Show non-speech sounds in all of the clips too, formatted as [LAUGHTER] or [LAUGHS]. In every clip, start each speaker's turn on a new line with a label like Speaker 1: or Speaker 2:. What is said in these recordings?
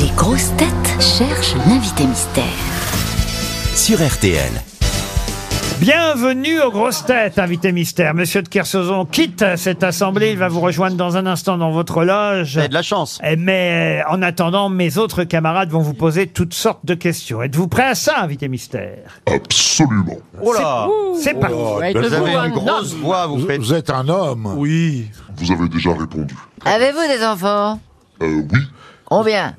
Speaker 1: Les grosses têtes cherchent l'invité mystère.
Speaker 2: sur RTL.
Speaker 3: Bienvenue aux grosses têtes, invité mystère. Monsieur de Kersozon quitte cette assemblée. Il va vous rejoindre dans un instant dans votre loge.
Speaker 4: J'ai de la chance.
Speaker 3: Eh, Mais en attendant, mes autres camarades vont vous poser toutes sortes de questions. Êtes-vous prêt à ça, invité mystère
Speaker 5: Absolument.
Speaker 4: Oh là
Speaker 3: C'est parti.
Speaker 4: Vous avez une grosse voix, vous faites.
Speaker 5: Vous êtes un homme.
Speaker 4: Oui.
Speaker 5: Vous avez déjà répondu.
Speaker 6: Avez-vous des enfants
Speaker 5: Euh, oui,
Speaker 6: Combien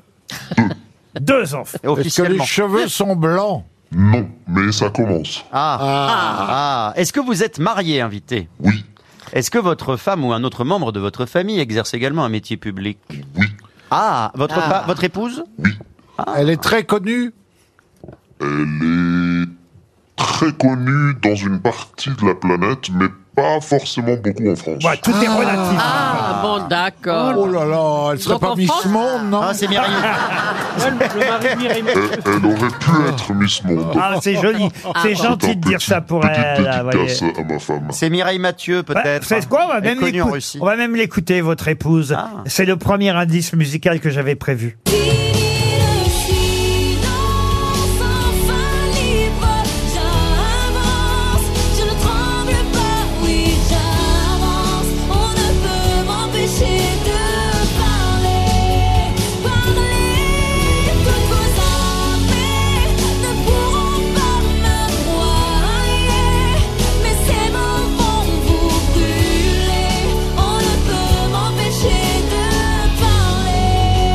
Speaker 3: Deux enfants.
Speaker 4: Et
Speaker 5: Est-ce que
Speaker 4: officiellement.
Speaker 5: les cheveux sont blancs Non, mais ça commence.
Speaker 4: Ah. Ah. Est-ce que vous êtes marié, invité
Speaker 5: Oui,
Speaker 4: Est-ce que votre femme ou un autre membre de votre famille exerce également un métier public
Speaker 5: oui,
Speaker 4: Ah, votre, fa- votre épouse Ah.
Speaker 5: Elle est très connue Elle est très connue dans une partie de la planète, mais pas forcément beaucoup en France.
Speaker 3: Voilà, tout est relatif.
Speaker 7: Ah, bon, d'accord.
Speaker 8: Oh là là, elle serait
Speaker 7: Donc
Speaker 8: pas
Speaker 7: en
Speaker 8: Miss
Speaker 7: France-
Speaker 8: Monde, non
Speaker 4: Ah, c'est Myriam.
Speaker 5: Euh, elle aurait pu être Miss Monde.
Speaker 3: Ah, c'est joli. C'est
Speaker 5: C'est un
Speaker 3: gentil de dire
Speaker 5: petit-
Speaker 3: ça pour
Speaker 5: petite
Speaker 3: elle. ah, voyez.
Speaker 5: dédicace à ma femme.
Speaker 4: C'est Mireille Mathieu,
Speaker 3: Bah,
Speaker 4: peut-être. hein.
Speaker 3: C'est quoi On va
Speaker 4: Elle est
Speaker 3: même
Speaker 4: connue en
Speaker 3: l'écouter-
Speaker 4: Russie.
Speaker 3: on va même l'écouter, votre épouse.
Speaker 4: Ah.
Speaker 3: C'est le premier indice musical que j'avais prévu.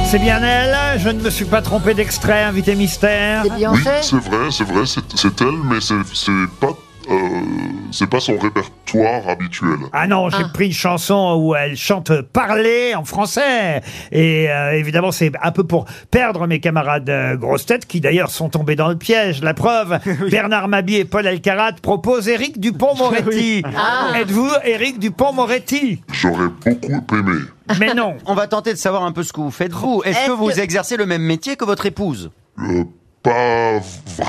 Speaker 3: C'est bien elle. Je ne me suis pas trompé d'extrait, invité mystère.
Speaker 6: C'est
Speaker 5: Ah. Oui,
Speaker 6: Beyoncé
Speaker 5: c'est vrai, c'est vrai, c'est c'est elle, mais c'est c'est pas, euh, c'est pas son répertoire habituel.
Speaker 3: Ah non, j'ai pris une chanson où elle chante parler en français. Et euh, évidemment, c'est un peu pour perdre mes camarades euh, grosses têtes qui d'ailleurs sont tombés dans le piège.
Speaker 6: [LAUGHS]
Speaker 3: La preuve, Bernard Mabi et Paul Elkarat proposent
Speaker 6: [LAUGHS]
Speaker 3: Éric Dupont-Moretti. Ah.
Speaker 6: Ah.
Speaker 3: Êtes-vous Éric Dupont-Moretti
Speaker 5: J'aurais beaucoup aimé.
Speaker 3: Mais non.
Speaker 4: On va tenter de savoir un peu ce que vous faites, vous. Est-ce
Speaker 6: Est-ce
Speaker 4: que vous
Speaker 6: que-
Speaker 4: exercez le même métier que votre épouse
Speaker 5: Euh, pas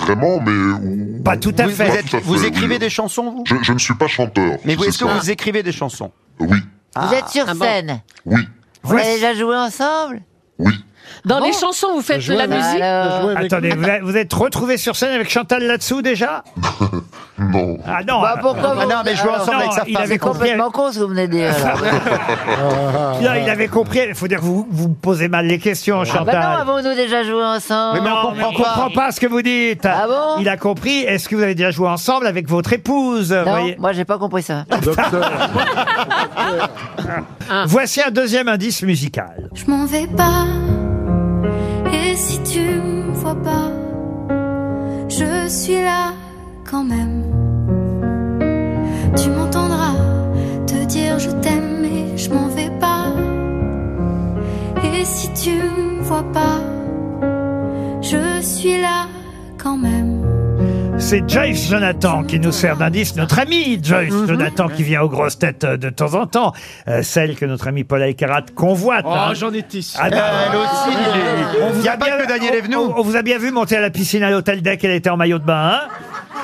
Speaker 5: vraiment, mais.
Speaker 3: Pas tout à
Speaker 4: vous, vous
Speaker 3: fait.
Speaker 4: êtes-
Speaker 5: Tout à fait,
Speaker 4: vous
Speaker 5: oui.
Speaker 4: écrivez des chansons, vous
Speaker 5: Je, je ne suis pas chanteur.
Speaker 4: Mais vous,
Speaker 5: c'est
Speaker 4: est-ce que
Speaker 5: ça.
Speaker 4: vous écrivez des chansons
Speaker 5: Oui,
Speaker 6: Vous êtes sur
Speaker 7: ah bon.
Speaker 6: scène
Speaker 5: oui,
Speaker 6: Vous
Speaker 3: Voici-
Speaker 6: avez déjà joué ensemble
Speaker 5: oui.
Speaker 7: Dans les chansons, vous faites de la musique
Speaker 6: Alors,
Speaker 3: Attendez, vous êtes- vous êtes retrouvé sur scène avec Chantal là-dessous déjà
Speaker 5: Non.
Speaker 3: Ah non.
Speaker 6: bah,
Speaker 3: ah,
Speaker 6: pourquoi
Speaker 4: Ah
Speaker 6: vous...
Speaker 4: non, mais jouer
Speaker 6: alors,
Speaker 4: ensemble
Speaker 3: non,
Speaker 4: avec sa
Speaker 3: il
Speaker 4: femme.
Speaker 3: avait
Speaker 6: C'est complètement con ce que vous venez de dire.
Speaker 9: Ah,
Speaker 6: alors.
Speaker 3: non, euh, il avait compris. Il faut dire que vous, vous me posez mal les questions,
Speaker 6: Ah
Speaker 3: Chantal.
Speaker 6: bah non, avons-nous déjà joué ensemble
Speaker 4: Oui, mais on
Speaker 3: Non, mais on
Speaker 4: comprend pas.
Speaker 3: comprend pas ce que vous dites.
Speaker 6: Ah bon
Speaker 3: Il a compris. Est-ce que vous avez déjà joué ensemble avec votre épouse
Speaker 6: Non,
Speaker 3: Voyez.
Speaker 6: moi j'ai pas compris ça.
Speaker 3: Voici un deuxième indice musical.
Speaker 10: Je m'en vais pas. Et si tu me vois pas, je suis là quand même. Tu m'entendras te dire je t'aime, mais je m'en vais pas. Et si tu me vois pas, je suis là quand même.
Speaker 3: C'est Joyce Jonathan qui nous sert d'indice. Notre amie Joyce Jonathan qui vient aux grosses têtes euh, de temps en temps. Euh, celle que notre ami Paul Aycarat convoite.
Speaker 11: Oh,
Speaker 3: hein.
Speaker 8: étais.
Speaker 3: Ah, bah,
Speaker 4: Elle aussi, il est-
Speaker 3: on vous
Speaker 4: Il n'y a pas que Daniel
Speaker 3: on-
Speaker 4: Evenou.
Speaker 3: on- on vous a bien vu monter à la piscine à l'hôtel dès qu'elle était en maillot de bain. hein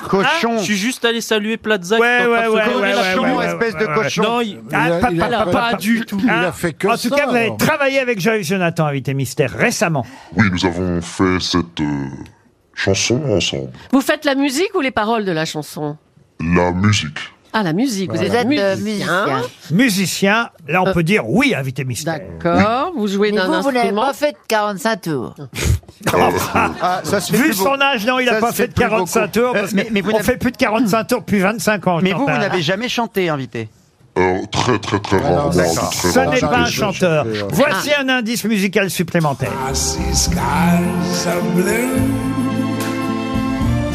Speaker 4: Cochon.
Speaker 12: Ah, Je suis juste allé saluer Plaza.
Speaker 3: Ouais,
Speaker 12: qui est en train
Speaker 3: ouais,
Speaker 12: de se
Speaker 3: ouais,
Speaker 12: gauler
Speaker 3: ouais,
Speaker 12: la
Speaker 3: ouais,
Speaker 12: cheville.
Speaker 3: ouais,
Speaker 4: Cochon,
Speaker 3: ouais,
Speaker 4: espèce de
Speaker 3: ouais, ouais.
Speaker 4: cochon.
Speaker 12: Non, il-
Speaker 3: Ah,
Speaker 8: a-
Speaker 3: pas-
Speaker 8: il
Speaker 3: pas-
Speaker 8: a
Speaker 3: pas-
Speaker 8: pas-
Speaker 3: pas-
Speaker 12: du tout.
Speaker 3: Ah,
Speaker 8: Il a fait que
Speaker 3: en
Speaker 8: ça.
Speaker 3: tout cas, vous avez travaillé avec Joyce Jonathan, invité mystère, récemment.
Speaker 5: Oui, nous avons fait cette euh, chanson ensemble.
Speaker 7: Vous faites la musique ou les paroles de la chanson
Speaker 5: La musique.
Speaker 7: Ah, la musique. Vous
Speaker 6: Vous
Speaker 7: êtes
Speaker 6: êtes euh,
Speaker 7: musicien.
Speaker 6: musicien.
Speaker 3: Musicien, là on peut dire oui, invité mystère.
Speaker 7: D'accord. Vous jouez
Speaker 6: Mais
Speaker 7: d'un
Speaker 6: vous, vous n'avez
Speaker 7: instrument.
Speaker 6: pas fait de 45 tours.
Speaker 5: Euh, [LAUGHS]
Speaker 4: Ah, ça se fait
Speaker 3: Vu
Speaker 4: plus beau.
Speaker 3: son âge, non, il n'a
Speaker 4: Ça,
Speaker 3: pas
Speaker 4: c'est
Speaker 3: fait de
Speaker 4: plus
Speaker 3: 45
Speaker 4: beaucoup.
Speaker 3: tours.
Speaker 4: Euh,
Speaker 3: Parce
Speaker 4: mais-
Speaker 3: que
Speaker 4: mais vous
Speaker 3: on
Speaker 4: n'avez-
Speaker 3: fait plus de 45 tours depuis 25 ans.
Speaker 4: Mais vous, vous
Speaker 3: Chantal.
Speaker 4: n'avez jamais chanté, invité.
Speaker 5: Alors, euh, très, très, très rarement.
Speaker 8: d'accord.
Speaker 5: très
Speaker 3: Ce
Speaker 5: rarement,
Speaker 3: n'est pas un
Speaker 5: je-
Speaker 3: chanteur. Voici un indice musical supplémentaire.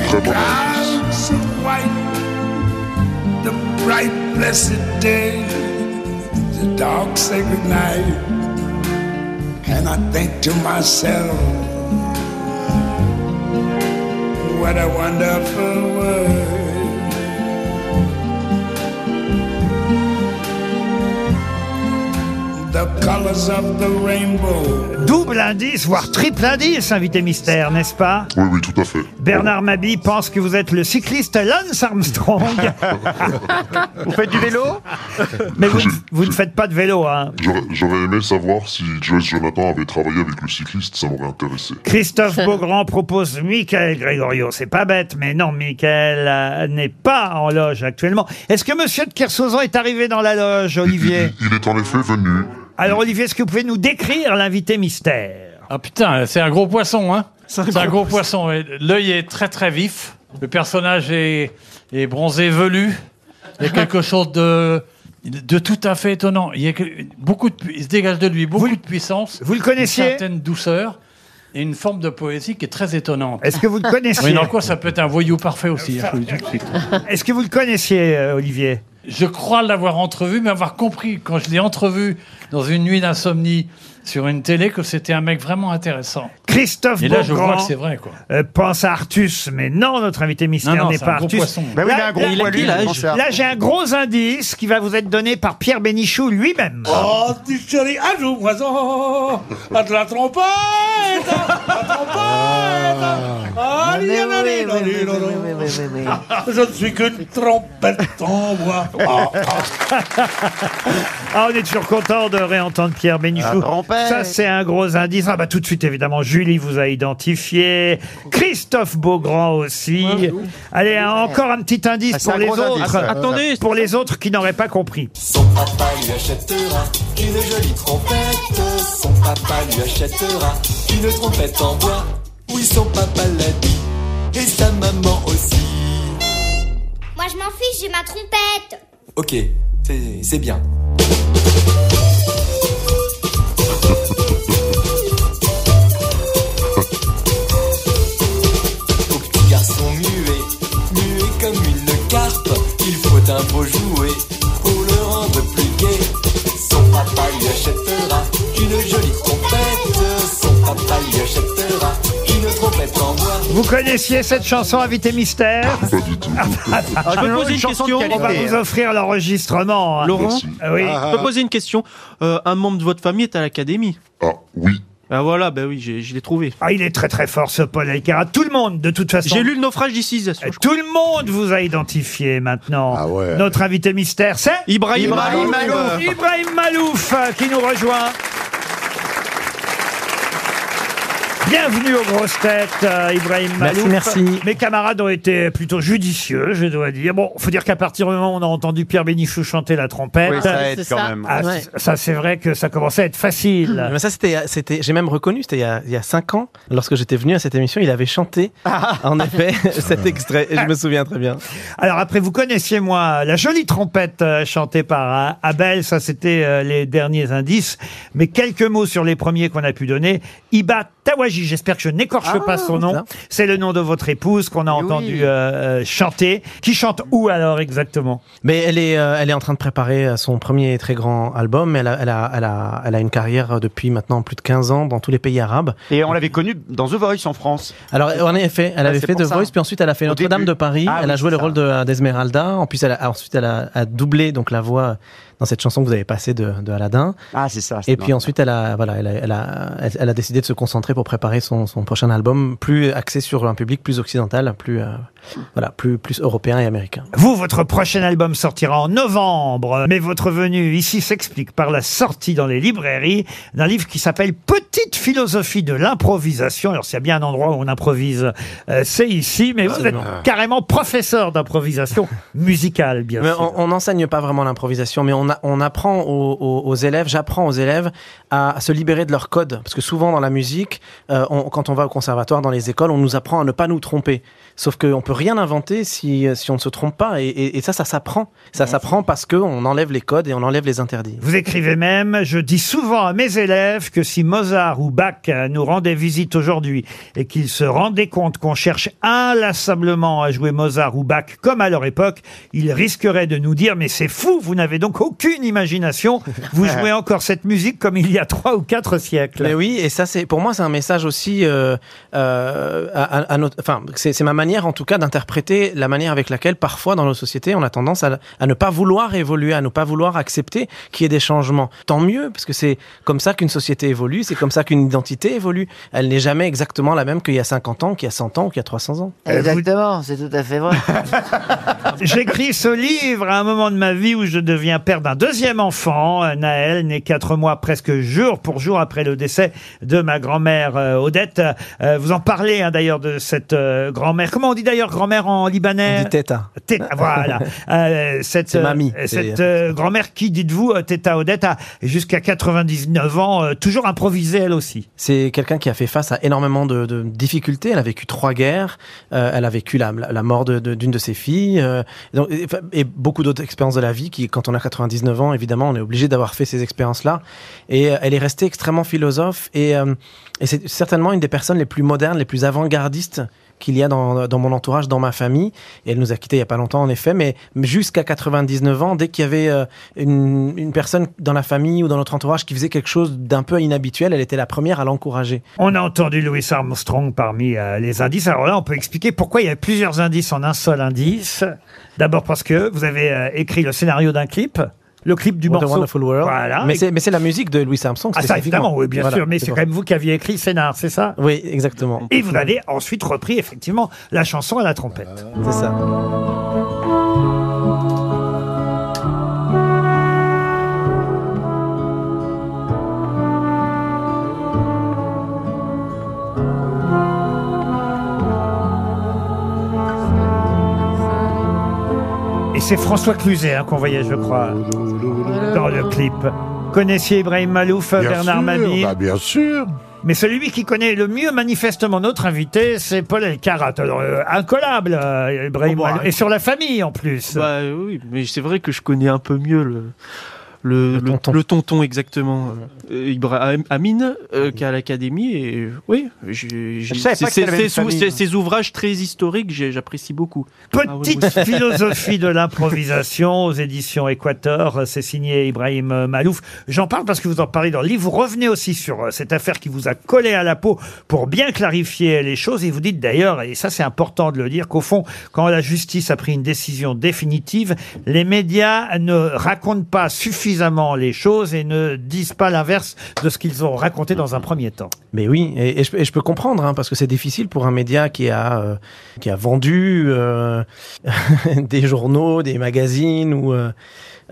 Speaker 5: Vraiment rarement.
Speaker 10: The
Speaker 8: the colors of the rainbow.
Speaker 3: Double indice, voire triple indice, invité mystère, n'est-ce pas
Speaker 5: Oui, oui, tout à fait.
Speaker 3: Bernard Mabi pense que vous êtes le cycliste Lance Armstrong,
Speaker 4: [LAUGHS] Vous faites du vélo
Speaker 3: mais vous, ne- vous ne faites pas de vélo. Hein.
Speaker 5: J'aurais j'aurais aimé savoir si Joyce Jonathan avait travaillé avec le cycliste, ça m'aurait intéressé.
Speaker 3: Christophe Beaugrand propose Michael Grégorio. C'est pas bête, mais non, Michael euh, n'est pas en loge actuellement. Est-ce que Monsieur de Kersauzon est arrivé dans la loge,
Speaker 11: [COUGHS]
Speaker 3: Olivier
Speaker 5: Il, il est en effet venu.
Speaker 3: Alors, Olivier, est-ce que vous pouvez nous décrire l'invité mystère
Speaker 11: Ah putain, c'est un gros poisson, hein C'est un, gros poisson. ouais. L'œil est très très vif. Le personnage est, est bronzé velu. Il y a [LAUGHS] quelque chose de, de tout à fait étonnant. Il, y a que- beaucoup de, pu- il se dégage de lui beaucoup de puissance,
Speaker 3: Vous le
Speaker 11: une
Speaker 3: connaissiez
Speaker 11: certaine douceur et une forme de poésie qui est très étonnante.
Speaker 3: Est-ce que vous le
Speaker 11: [LAUGHS] Oui,
Speaker 3: connaissiez
Speaker 11: dans quoi ça peut être un voyou parfait aussi. hein, je vous le dis tout de suite.
Speaker 3: Est-ce que vous le connaissiez, euh, Olivier
Speaker 11: Je crois l'avoir entrevu, mais avoir compris quand je l'ai entrevu dans une nuit d'insomnie sur une télé que c'était un mec vraiment intéressant.
Speaker 3: Christophe
Speaker 11: Et là, je vois
Speaker 3: Beaugrand
Speaker 11: que c'est vrai, quoi.
Speaker 3: euh, pense à Artus, mais non, notre invité
Speaker 11: Non,
Speaker 3: mystère
Speaker 11: non,
Speaker 3: n'est
Speaker 11: c'est un
Speaker 3: pas
Speaker 11: gros
Speaker 3: Artus.
Speaker 11: poisson.
Speaker 3: Là, là,
Speaker 12: poilu, quel âge
Speaker 3: là, là, j'ai un gros indice qui va vous être donné par Pierre Bénichou lui-même.
Speaker 9: Ah.
Speaker 8: Oh, tu chéris, à jour présent, à de la trompette, à la trompette, ah,
Speaker 6: Mais oui, oui,
Speaker 8: lilala,
Speaker 6: oui,
Speaker 8: lilala.
Speaker 6: oui, oui, oui, oui, oui.
Speaker 8: Ah, je ne suis qu'une trompette en bois. Ah,
Speaker 3: Ah, on est toujours content de réentendre Pierre Bénichou.
Speaker 4: trompette.
Speaker 3: Ça, c'est un gros indice. Ah, bah, tout de suite, évidemment, Julie vous a identifié. Christophe Beaugrand aussi. Allez, un- encore Ah, un petit indice pour les autres.
Speaker 12: Attendez,
Speaker 3: Pour les autres qui n'auraient pas compris.
Speaker 8: Son papa lui achètera une jolie trompette. Son papa lui achètera une trompette en bois. Oui, son papa l'a dit. Et sa maman aussi.
Speaker 10: Moi je m'en fiche, j'ai ma trompette.
Speaker 8: Ok, c'est- c'est bien. Au petit garçon muet, muet comme une carpe, il faut un beau jouet pour le rendre plus gai. Son papa lui achètera une jolie trompette. Son papa lui achètera une trompette en bois.
Speaker 3: Vous connaissiez cette chanson, Invité Mystère
Speaker 5: Pas du tout.
Speaker 3: Ah,
Speaker 12: je peux poser une question.
Speaker 3: On va vous offrir l'enregistrement. hein.
Speaker 12: Laurent,
Speaker 5: Merci.
Speaker 3: Ah Oui.
Speaker 12: je peux poser une question. Euh, un membre de votre famille est à l'académie.
Speaker 5: Ah, oui.
Speaker 12: Ah voilà, ben oui, j'ai- je l'ai trouvé.
Speaker 3: Ah, il est très très fort ce Paul Alcarat. Tout le monde, de toute façon.
Speaker 12: J'ai lu le naufrage d'Icilisation.
Speaker 3: Euh, Tout le monde vous a identifié maintenant.
Speaker 2: Ah ouais.
Speaker 3: Notre invité mystère, c'est
Speaker 12: Ibrahim Ibrahim Malouf. Malouf.
Speaker 3: Ibrahim Malouf euh, qui nous rejoint. Bienvenue aux grosses têtes, euh, Ibrahim Malouf. Mes camarades ont été plutôt judicieux, je dois dire. Bon, faut dire qu'à partir du moment où on a entendu Pierre Bénichou chanter la trompette,
Speaker 4: Oui, ça aide
Speaker 7: c'est ça.
Speaker 4: quand même.
Speaker 3: ah,
Speaker 7: Ouais.
Speaker 3: ça c'est vrai que ça commençait à être facile.
Speaker 9: Mais ça, c'était, c'était, j'ai même reconnu, c'était il y a, il y a cinq ans, lorsque j'étais venu à cette émission, il avait chanté,
Speaker 4: Ah.
Speaker 9: en effet, [LAUGHS] cet extrait, et je me souviens très bien.
Speaker 3: Alors après, vous connaissiez moi la jolie trompette euh, chantée par euh, Abel, ça c'était euh, les derniers indices, mais quelques mots sur les premiers qu'on a pu donner. Iba Tawaji, j'espère que je n'écorche pas son nom,
Speaker 9: ça.
Speaker 3: c'est le nom de votre épouse qu'on a entendu euh, euh, chanter. Qui chante où alors exactement
Speaker 9: Mais elle est, euh, elle est en train de préparer euh, son premier très grand album. Elle a, elle a, elle a, elle a une carrière euh, depuis maintenant plus de 15 ans dans tous les pays arabes.
Speaker 4: Et on l'avait connu dans The Voice en France. Ah,
Speaker 9: Alors, en effet, elle avait
Speaker 4: c'est
Speaker 9: fait
Speaker 4: pour
Speaker 9: The
Speaker 4: ça.
Speaker 9: Voice, puis ensuite elle a fait
Speaker 4: Au
Speaker 9: Notre-Dame
Speaker 4: début.
Speaker 9: de Paris.
Speaker 4: Ah
Speaker 9: elle
Speaker 4: oui,
Speaker 9: a joué le
Speaker 4: c'est
Speaker 9: rôle de- euh, d'Esmeralda. En plus, elle a, ensuite, elle a, a doublé donc la voix euh, dans cette chanson que vous avez passée de, de Aladdin.
Speaker 4: Ah, c'est ça.
Speaker 9: Et puis ensuite, elle a, voilà, elle a, elle a, elle- elle a décidé de se concentrer pour préparer son, son prochain album, plus axé sur un public plus occidental, plus, euh, voilà, plus, plus européen et américain.
Speaker 3: Vous, votre prochain album sortira en novembre, mais votre venue ici s'explique par la sortie dans les librairies d'un livre qui s'appelle Petite philosophie de l'improvisation. Alors, s'il y a bien un endroit où on improvise, euh, c'est ici, mais vous êtes carrément professeur d'improvisation [LAUGHS] musicale, bien
Speaker 9: Mais
Speaker 3: sûr.
Speaker 9: on on n'enseigne pas vraiment l'improvisation, mais on, a- on apprend aux, aux- aux élèves, j'apprends aux élèves à se libérer de leur code. Parce que souvent dans la musique, euh, on- quand on va au conservatoire, dans les écoles, on nous apprend à ne pas nous tromper. Sauf qu'on peut rien inventer si, euh, si on ne se trompe pas. Et, et- et ça, ça s'apprend. Ça s'apprend parce qu'on enlève les codes et on enlève les interdits.
Speaker 3: Vous écrivez même, je dis souvent à mes élèves que si Mozart ou Bach euh, nous rendaient visite aujourd'hui et qu'ils se rendaient compte qu'on cherche inlassablement à jouer Mozart ou Bach comme à leur époque, ils risqueraient de nous dire mais c'est fou, vous n'avez donc aucune aucune imagination, vous jouez encore cette musique comme il y a trois ou quatre siècles.
Speaker 9: Mais oui, et ça, c'est pour moi, c'est un message aussi. euh, euh, à, à- à notre- enfin, c'est c'est ma manière, en tout cas, d'interpréter la manière avec laquelle, parfois, dans nos sociétés, on a tendance à, à ne pas vouloir évoluer, à ne pas vouloir accepter qu'il y ait des changements. Tant mieux, parce que c'est comme ça qu'une société évolue, c'est comme ça qu'une identité évolue. Elle n'est jamais exactement la même qu'il y a 50 ans, qu'il y a 100 ans, qu'il y a 300 ans.
Speaker 6: Exactement, c'est tout à fait vrai.
Speaker 3: J'écris ce livre à un moment de ma vie où je deviens père d'un deuxième enfant, euh, Naël, né quatre mois presque jour pour jour après le décès de ma grand-mère euh, Odette. Euh, Vous en parlez hein, d'ailleurs de cette euh, grand-mère. Comment on dit d'ailleurs grand-mère en libanais
Speaker 9: On dit teta.
Speaker 3: Teta,
Speaker 9: [LAUGHS]
Speaker 3: voilà. Euh, cette
Speaker 9: C'est mamie.
Speaker 3: euh, cette euh, grand-mère qui, dites-vous, euh, Teta Odette, a jusqu'à 99 ans euh, toujours improvisé elle aussi.
Speaker 9: C'est quelqu'un qui a fait face à énormément de, de difficultés. Elle a vécu trois guerres. euh, elle a vécu la, la mort de- de- d'une de, ses filles. euh, donc- et, et beaucoup d'autres expériences de la vie qui, quand on a 99 ans, évidemment, on est obligé d'avoir fait ces expériences-là. Et euh, elle est restée extrêmement philosophe. Et, euh, et c'est certainement une des personnes les plus modernes, les plus avant-gardistes qu'il y a dans, dans mon entourage, dans ma famille. Et elle nous a quittés il n'y a pas longtemps, en effet, mais jusqu'à 99 ans, dès qu'il y avait euh, une, une personne dans la famille ou dans notre entourage qui faisait quelque chose d'un peu inhabituel, elle était la première à l'encourager.
Speaker 3: On a entendu Louis Armstrong parmi euh, les indices. Alors là, on peut expliquer pourquoi il y a plusieurs indices en un seul indice. D'abord parce que vous avez euh, écrit le scénario d'un clip, le clip du
Speaker 9: What a
Speaker 3: morceau.
Speaker 9: Wonderful World.
Speaker 3: Voilà.
Speaker 9: Mais c'est mais c'est la musique de Louis Armstrong.
Speaker 3: Ah ça,
Speaker 9: spécifiquement.
Speaker 3: évidemment, oui, bien
Speaker 9: Voilà,
Speaker 3: sûr, mais c'est
Speaker 9: pour
Speaker 3: quand même vous qui aviez écrit le scénar, c'est ça
Speaker 9: Oui, exactement.
Speaker 3: Et vous avez ensuite repris, effectivement, la chanson à la trompette.
Speaker 9: C'est ça.
Speaker 3: Et c'est François Cluzet hein, qu'on voyait, je crois, dans le clip. Connaissiez Ibrahim Malouf,
Speaker 13: Bien
Speaker 3: Bernard
Speaker 13: sûr,
Speaker 3: Mabille
Speaker 13: bah, bien sûr.
Speaker 3: Mais celui qui connaît le mieux manifestement notre invité, c'est Paul Elkarat. Alors, euh, incollable, euh, Ibrahim
Speaker 12: Oh, bah,
Speaker 3: Malouf. Et sur la famille, en plus.
Speaker 12: Bah oui, mais c'est vrai que je connais un peu mieux le. Le, le- le tonton. exactement. Euh, Ibra- Am- Amine, euh, qui est à l'académie. Et euh, oui, j'ai- j'ai-
Speaker 9: Je savais
Speaker 12: c'est-
Speaker 9: pas que c'était
Speaker 12: c'est-
Speaker 9: la même
Speaker 12: c'est sous-
Speaker 9: famille.
Speaker 12: c'est- ces ouvrages très historiques, j'ai- j'apprécie beaucoup. Ah oui,
Speaker 3: Petite
Speaker 12: oui.
Speaker 3: philosophie de l'improvisation aux éditions Équateur, c'est signé Ibrahim euh, Malouf. J'en parle parce que vous en parlez dans le livre. Vous revenez aussi sur euh, cette affaire qui vous a collé à la peau pour bien clarifier les choses. Et vous dites d'ailleurs, et ça c'est important de le dire, qu'au fond, quand la justice a pris une décision définitive, les médias ne racontent pas suffisamment les choses et ne disent pas l'inverse de ce qu'ils ont raconté dans un premier temps.
Speaker 9: Mais oui, et, et je, et je peux comprendre, hein, parce que c'est difficile pour un média qui a, euh, qui a vendu euh, des journaux, des magazines, ou euh,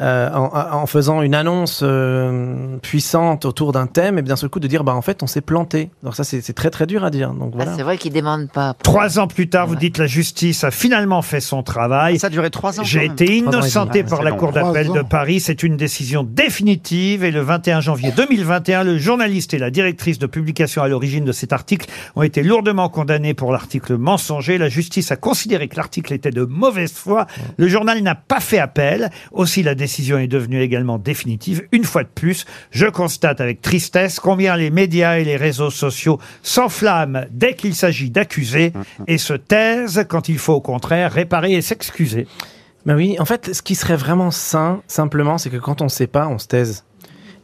Speaker 9: euh, en, en faisant une annonce euh, puissante autour d'un thème, et bien ce coup de dire, bah en fait, on s'est planté. Donc ça, c'est c'est très très dur à dire. Donc voilà.
Speaker 6: Ah, c'est vrai qu'ils demandent pas.
Speaker 3: Trois ans plus tard, vous dites la justice a finalement fait son travail. Ça
Speaker 6: a duré trois ans,
Speaker 3: J'ai
Speaker 6: quand même.
Speaker 3: été
Speaker 6: Trois ans et demi.
Speaker 3: innocenté
Speaker 6: Ah,
Speaker 3: par
Speaker 6: c'est
Speaker 3: la
Speaker 6: long.
Speaker 3: Cour
Speaker 6: Trois
Speaker 3: d'appel
Speaker 6: ans.
Speaker 3: de Paris. C'est une décision définitive et le 21 janvier 2021, le journaliste et la directrice de publication à l'origine de cet article ont été lourdement condamnés pour l'article mensonger. La justice a considéré que l'article était de mauvaise foi. Le journal n'a pas fait appel. Aussi, la décision est devenue également définitive. Une fois de plus, je constate avec tristesse combien les médias et les réseaux sociaux s'enflamment dès qu'il s'agit d'accuser et se taisent quand il faut au contraire réparer et s'excuser.
Speaker 9: Ben oui, en fait, ce qui serait vraiment sain, simplement, c'est que quand on ne sait pas, on se taise.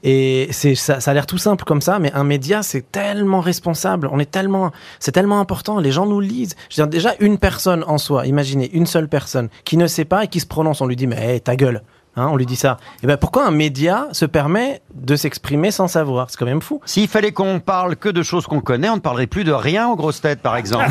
Speaker 9: Et c'est ça, ça a l'air tout simple comme ça, mais un média, c'est tellement responsable. On est tellement, c'est tellement important. Les gens nous lisent. Je veux dire, déjà une personne en soi. Imaginez une seule personne qui ne sait pas et qui se prononce. On lui dit, mais hey, ta gueule. Hein, on lui dit ça. Et ben pourquoi un média se permet de s'exprimer sans savoir C'est quand même fou.
Speaker 4: S'il fallait qu'on parle que de choses qu'on connaît, on ne parlerait plus de rien aux grosses têtes,
Speaker 12: [LAUGHS]
Speaker 4: par exemple.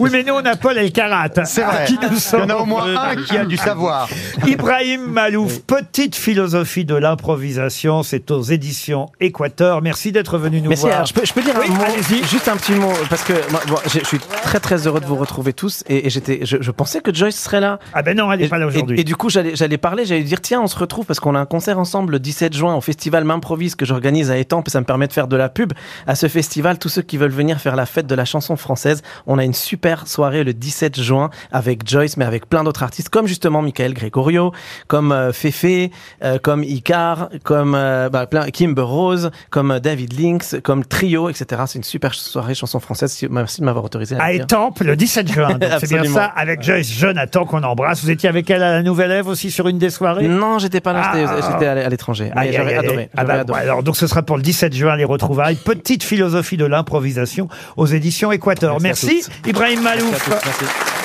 Speaker 3: oui, mais nous, on n'a pas les carates.
Speaker 4: C'est vrai.
Speaker 3: Qui
Speaker 4: Il y
Speaker 3: nous
Speaker 4: en a
Speaker 3: sommes.
Speaker 4: au moins un qui a du savoir.
Speaker 3: Ibrahim Malouf, petite philosophie de l'improvisation, c'est aux éditions Équateur. Merci d'être venu nous
Speaker 9: Mais c'est-
Speaker 3: voir.
Speaker 9: alors, je peux, je peux dire
Speaker 3: Oui,
Speaker 9: un mot,
Speaker 3: allez-y.
Speaker 9: juste un petit mot, parce que moi, bon, je, je suis très très heureux de vous retrouver tous, et, et j'étais, je, je pensais que Joyce serait là.
Speaker 3: Ah ben non, elle
Speaker 9: est
Speaker 3: pas là aujourd'hui.
Speaker 9: Et, du coup, j'allais, j'allais parler, j'allais dire tiens, on se retrouve parce qu'on a un concert ensemble le 17 juin au festival M'improvise que j'organise à Étampes, et ça me permet de faire de la pub à ce festival. Tous ceux qui veulent venir faire la fête de la chanson française, on a une super soirée le 17 juin avec Joyce, mais avec plein d'autres artistes, comme justement Michael Gregorio, comme euh, Fefe, euh, comme Icar, comme euh, bah, plein, Kimber Rose, comme euh, David Links, comme Trio, etc. C'est une super soirée chanson française. Si- Merci de m'avoir autorisé à
Speaker 3: À
Speaker 9: le dire.
Speaker 3: Étampes, le 17 juin. Donc, C'est bien
Speaker 9: Absolument.
Speaker 3: ça, avec Joyce Jonathan qu'on embrasse. Vous étiez avec elle à la Nouvelle Ève aussi sur une des soirées Paris
Speaker 9: Non, j'étais pas là, c'était-
Speaker 3: Ah.
Speaker 9: c'était à l'é- à l'étranger.
Speaker 3: Aïe,
Speaker 9: Mais
Speaker 3: aïe,
Speaker 9: J'aurais
Speaker 3: aïe,
Speaker 9: adoré.
Speaker 3: aïe. Ah
Speaker 9: j'aurais
Speaker 3: bah,
Speaker 9: adoré.
Speaker 3: bon, alors, donc ce sera pour le 17 juin les retrouvailles. Petite philosophie de l'improvisation aux éditions Équateur.
Speaker 9: Merci à
Speaker 3: Merci, Ibrahim
Speaker 9: Merci à
Speaker 3: Malouf.
Speaker 9: tous, merci.